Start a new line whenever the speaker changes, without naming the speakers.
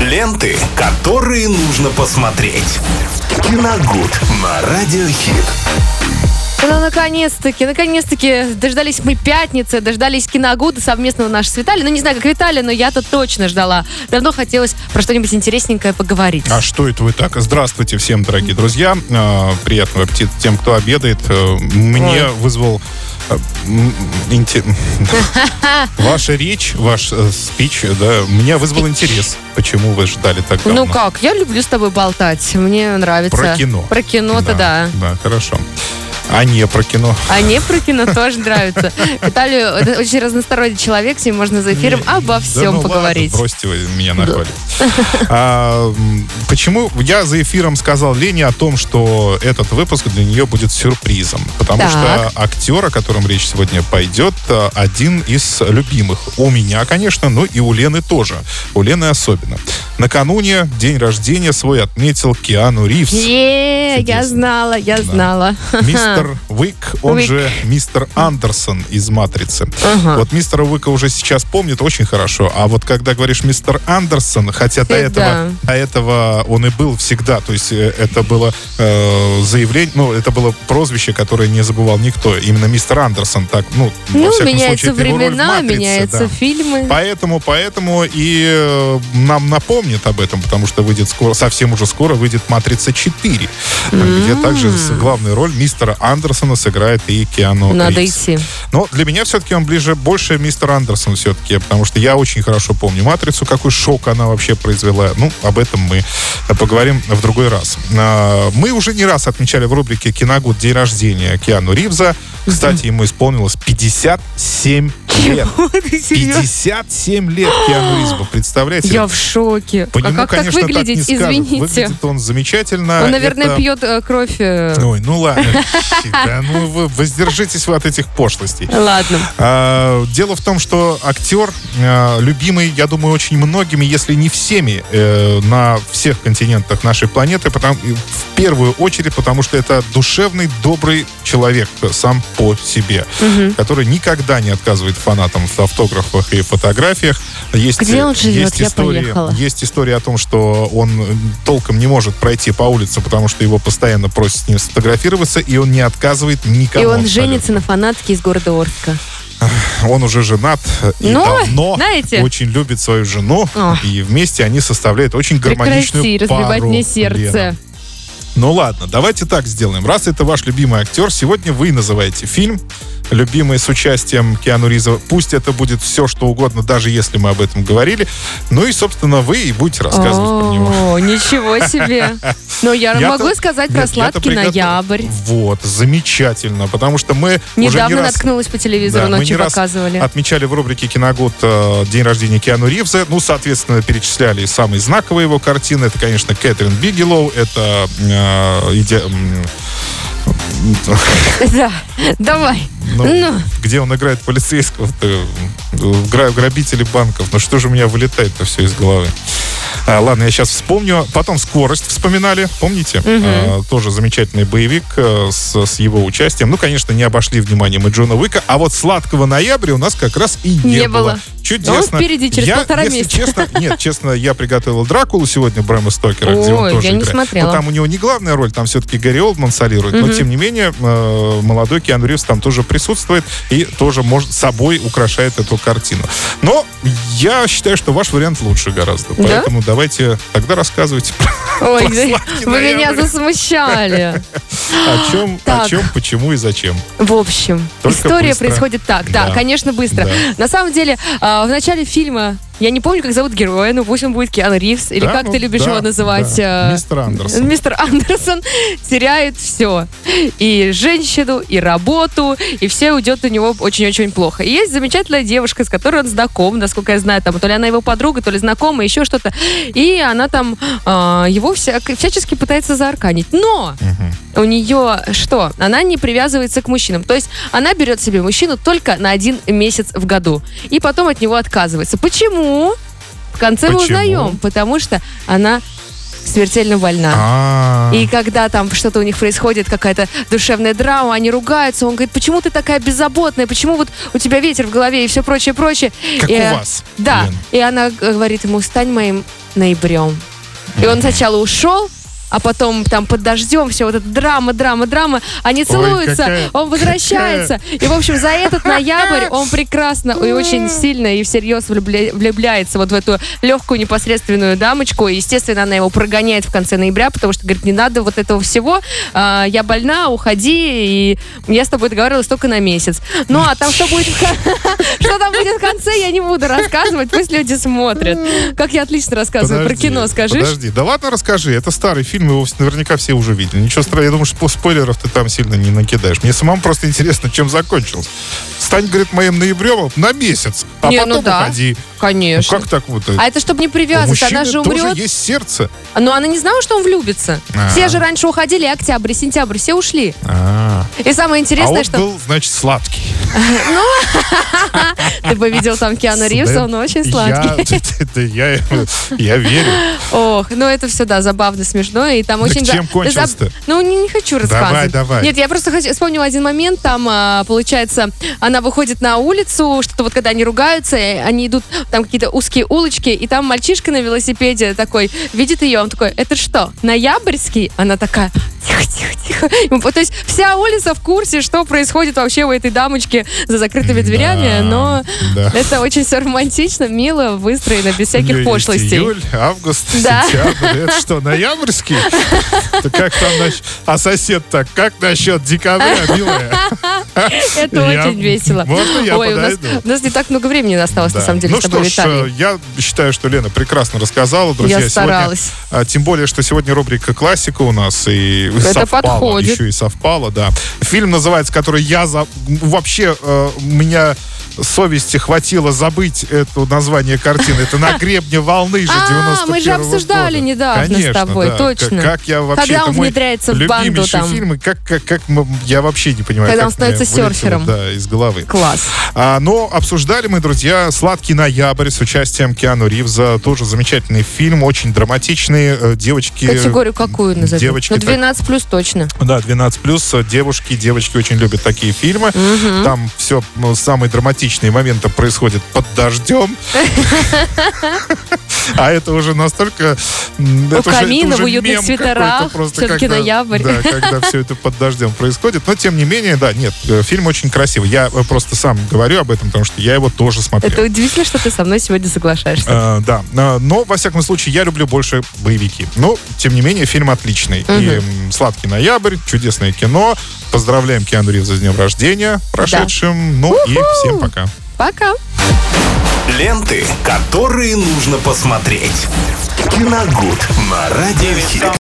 Ленты, которые нужно посмотреть. Киногуд на радиохит.
Ну, наконец-таки, наконец-таки дождались мы пятницы, дождались киногуда совместного нашего с Виталием. Ну, не знаю, как Виталий, но я-то точно ждала. Давно хотелось про что-нибудь интересненькое поговорить.
А что это вы так? Здравствуйте всем, дорогие друзья. Э, Приятного аппетита тем, кто обедает. Э, Мне
Ой.
вызвал э, м, инте- Ваша речь, ваш э, спич, да, меня вызвал интерес. Почему вы ждали так давно?
Ну как, я люблю с тобой болтать, мне нравится.
Про кино.
Про кино-то Ну да.
Да, хорошо. А не про кино.
А не про кино тоже нравится. Виталию это очень разносторонний человек, с ним можно за эфиром обо
Да ну
всем
ладно,
поговорить.
бросьте вы меня нахвалить. А, м, почему я за эфиром сказал Лене о том, что этот выпуск для нее будет сюрпризом? Потому
Так.
что актер, о котором речь сегодня пойдет, а, один из любимых. У меня, конечно, но и у Лены тоже. У Лены особенно. Накануне день рождения свой отметил Киану Ривз.
Е, я
Чудесно.
знала, я знала.
Мистер Уик, он
Уик.
же мистер Андерсон из «Матрицы».
Ага.
Вот мистера Уика уже сейчас помнит очень хорошо, а вот когда говоришь мистер Андерсон, хотя до
Э,
этого, до этого он и был всегда, то есть э, это было э, заявление, ну, это было прозвище, которое не забывал никто, именно мистер Андерсон, так, ну, во
Ну,
всяком
меняются
случае, это его роль в
времена,
«Матрице», да.
меняются фильмы.
Поэтому, поэтому и э, нам напомнят об этом, потому что выйдет скоро, совсем уже скоро выйдет «Матрица 4», где также с- главную роль мистера Андерсона сыграет и Киану
Надо
Ривз.
идти.
Но для меня все-таки он ближе, больше мистер Андерсон все-таки, потому что я очень хорошо помню «Матрицу», какой шок она вообще произвела. Ну, об этом мы поговорим в другой раз. А, Мы уже не раз отмечали в рубрике «Киногуд» день рождения Киану Ривза. Кстати, ему исполнилось 57 лет.
Ты серьезно?
57 лет Киану Ривзу, представляете?
Я в шоке.
По
а
нему,
как так
конечно,
выглядеть?
не скажут.
Извините.
Выглядит он замечательно.
Он, наверное,
Это-
пьет э, кровь. э,
Ой, ну ладно. Щи, да ну вы воздержитесь вы от этих пошлостей.
Ладно.
А, Дело в том, что актер, э, любимый, я думаю, очень многими, если не всеми, э, на всех континентах нашей планеты, потому, и в первую очередь, потому что это душевный, добрый человек э, сам по себе, который никогда не отказывает фанатам в автографах и фотографиях. Есть,
Где он живет?
Есть
Я
истории,
поехала.
Есть история о том, что он э, толком не может пройти по улице, потому что его постоянно просят с ним сфотографироваться, и он не отказывает никому.
И он
абсолютно.
женится на фанатке из города Орска.
Он уже женат э, и
Ну,
давно
знаете.
очень любит свою жену.
Ох.
И вместе они составляют очень гармоничную
Прекрати разбивать
пару,
мне сердце.
Лена. Ну ладно, давайте так сделаем. Раз это ваш любимый актер, сегодня вы называете фильм любимый с участием Киану Риза. Пусть это будет все, что угодно, даже если мы об этом говорили. Ну и, собственно, вы и будете рассказывать про него.
О, ничего себе. Но я
Я-то-
могу сказать
Нет,
про
я-то
сладкий
приготовил.
ноябрь.
Вот, замечательно, потому что мы уже не
Недавно
раз...
наткнулась по телевизору,
Да, мы не
ночью
раз
показывали.
Отмечали в рубрике «Киногод» э, день рождения Киану Ривза. Ну, соответственно, перечисляли и самые знаковые его картины. Это, конечно, Кэтрин Бигелоу, это... э, иде- м,
Да, давай.
ну,
Ну.
Где он играет полицейского, грабителей банков. Ну что же у меня вылетает-то все из головы? А, ладно, я сейчас вспомню. Потом «Скорость» вспоминали, помните? А, тоже замечательный боевик э, с, с его участием. Ну, конечно, не обошли вниманием и Джона Уика. А вот «Сладкого ноября» у нас как раз и не,
Не было.
Чудесно.
А он впереди, через
я,
полтора
если
месяца.
честно, нет, честно, я приготовил Дракулу сегодня Брэма Стокера, где он
Ой,
тоже
я не
играет.
смотрела.
Но там у него не главная роль, там все-таки Гарри Олдман солирует. Но, тем не менее, э, молодой Киану Ривз там тоже присутствует и тоже может собой украшает эту картину. Но я считаю, что ваш вариант лучше гораздо.
Да?
Поэтому давайте тогда рассказывайте,
Ой,
сладкий
вы меня
ноябрь.
засмущали.
о чем, о
Так.
чем, почему и зачем.
В общем,
Только
история
быстро.
происходит так. Да,
Да.
конечно, быстро.
Да.
На самом деле, а, в начале фильма, я не помню, как зовут героя, но пусть он будет Киану Ривз, или
Да,
как
ну,
ты любишь
да,
его называть?
да.
э,
Мистер Андерсон.
Мистер Андерсон теряет все. И женщину, и работу, и все уйдет у него очень-очень плохо. И есть замечательная девушка, с которой он знаком, насколько я знаю, там, то ли она его подруга, то ли знакомая, еще что-то. И она там а, его вся- всячески пытается заарканить. Но у нее что? Она не привязывается к мужчинам. То есть она берет себе мужчину только на один месяц в году. И потом от него отказывается. Почему? В конце
Почему?
мы узнаем. Потому что она смертельно больна.
А,
И когда там что-то у них происходит, какая-то душевная драма, они ругаются, он говорит, почему ты такая беззаботная, почему вот у тебя ветер в голове и все прочее, прочее.
Как
И,
у
э,
вас,
Да.
Лен.
И она г- говорит ему, стань моим ноябрем. И он сначала ушел, а потом там под дождем, все вот это драма, драма, драма. Они целуются,
какая-
он возвращается. И, в общем, за этот ноябрь он прекрасно и очень сильно и всерьез влюбля- влюбляется вот в эту легкую непосредственную дамочку. И, естественно, она его прогоняет в конце ноября, потому что говорит, не надо вот этого всего. А, я больна, уходи, и я с тобой договаривалась только на месяц. Ну, а там что будет... в кон- Что там будет в конце, я не буду рассказывать, пусть люди смотрят. Как я отлично рассказываю А про
Подожди,
кино, скажи.
Подожди, да ладно, расскажи. Это старый фильм, его вс- наверняка все уже видели. Ничего страшного, я думаю, что спойлеров ты там сильно не накидаешь. Мне самому просто интересно, чем закончилось. Стань, говорит, моим ноябрем на месяц, а
Не,
потом
ну да.
уходи. Ну,
Конечно.
как так вот?
А это чтобы не
У
привязываться,
мужчины
она же
тоже
умрет.
есть сердце.
Но она не знала, что он влюбится.
А.
Все же раньше уходили, и октябрь, и сентябрь, все ушли.
А,
И самое
а
интересное,
он
что
был, значит, сладкий.
ты бы видел там Киану Ривза, он очень
Я-
сладкий.
Да я я верю.
Ох, ну это все, да, забавно, смешно. И там
Так
очень... за-
чем кончилось-то?
за- Ну, не, не хочу рассказывать.
давай.
Нет, я просто хочу... вспомнила один момент. Там, а, получается, она выходит на улицу, что-то вот когда они ругаются, э, они идут, там какие-то узкие улочки, и там мальчишка на велосипеде такой видит ее, он такой, это что, ноябрьский? Она такая, тихо-тихо-тихо. Ему- То есть вся улица в курсе, что происходит вообще у этой дамочки за закрытыми дверями,
Да,
но...
да.
Это очень все романтично, мило, выстроено, без
У неё
всяких
есть
пошлостей.
Июль, август,
Да.
сентябрь. Это что, ноябрьский? Да как там наш- А сосед так, как насчет декабря, милая?
Это
Я-
очень весело.
Можно я
Ой, у нас,
подойду?
у нас не так много времени осталось, на
Да.
самом деле,
ну
с тобой,
что ж,
Виталий.
э, я считаю, что Лена прекрасно рассказала, друзья.
Я старалась.
Сегодня, а, тем более, что сегодня рубрика «Классика» у нас, и совпало,
подходит.
еще и совпало, да. Фильм называется, который я за... вообще э, у меня совести хватило забыть это название картины. Это «На гребне волны» же
А,
91
мы же обсуждали недавно с тобой, точно.
Как я вообще...
Когда
это
он
мой
внедряется в банду
любимейший
там.
фильм, и как, как, как мы- я вообще не понимаю,
Когда
как
он становится
мне вылетело,
серфером.
Да, из головы.
Класс.
А, но обсуждали мы, друзья, «Сладкий ноябрь» с участием Киану Ривза. Тоже замечательный фильм, очень драматичный. Э, Девочки...
Категорию какую назовем?
девочки
ну,
так-
12 плюс точно.
Да, 12 плюс. э, Девушки, девочки очень любят такие фильмы. Там все самые драматичные моменты происходят под дождем. А это уже настолько... м, это уже- это
камина,
уже
в уютных
мем какой-то
свитерах.
просто,
Всё-таки
когда-
ноябрь.
Да, когда все это под дождем происходит. Но, тем не менее, да, нет, э, фильм очень красивый. Я э, просто сам говорю об этом, потому что я его тоже смотрел.
Это удивительно, что ты со мной сегодня соглашаешься.
Э, да, Э, но во всяком случае я люблю больше боевики. Но тем не менее фильм отличный. И м, сладкий ноябрь, чудесное кино. Поздравляем Киану Ривза с днем рождения прошедшим. Ну и всем пока.
Пока.
Ленты, которые нужно посмотреть. Киногуд на радиохит.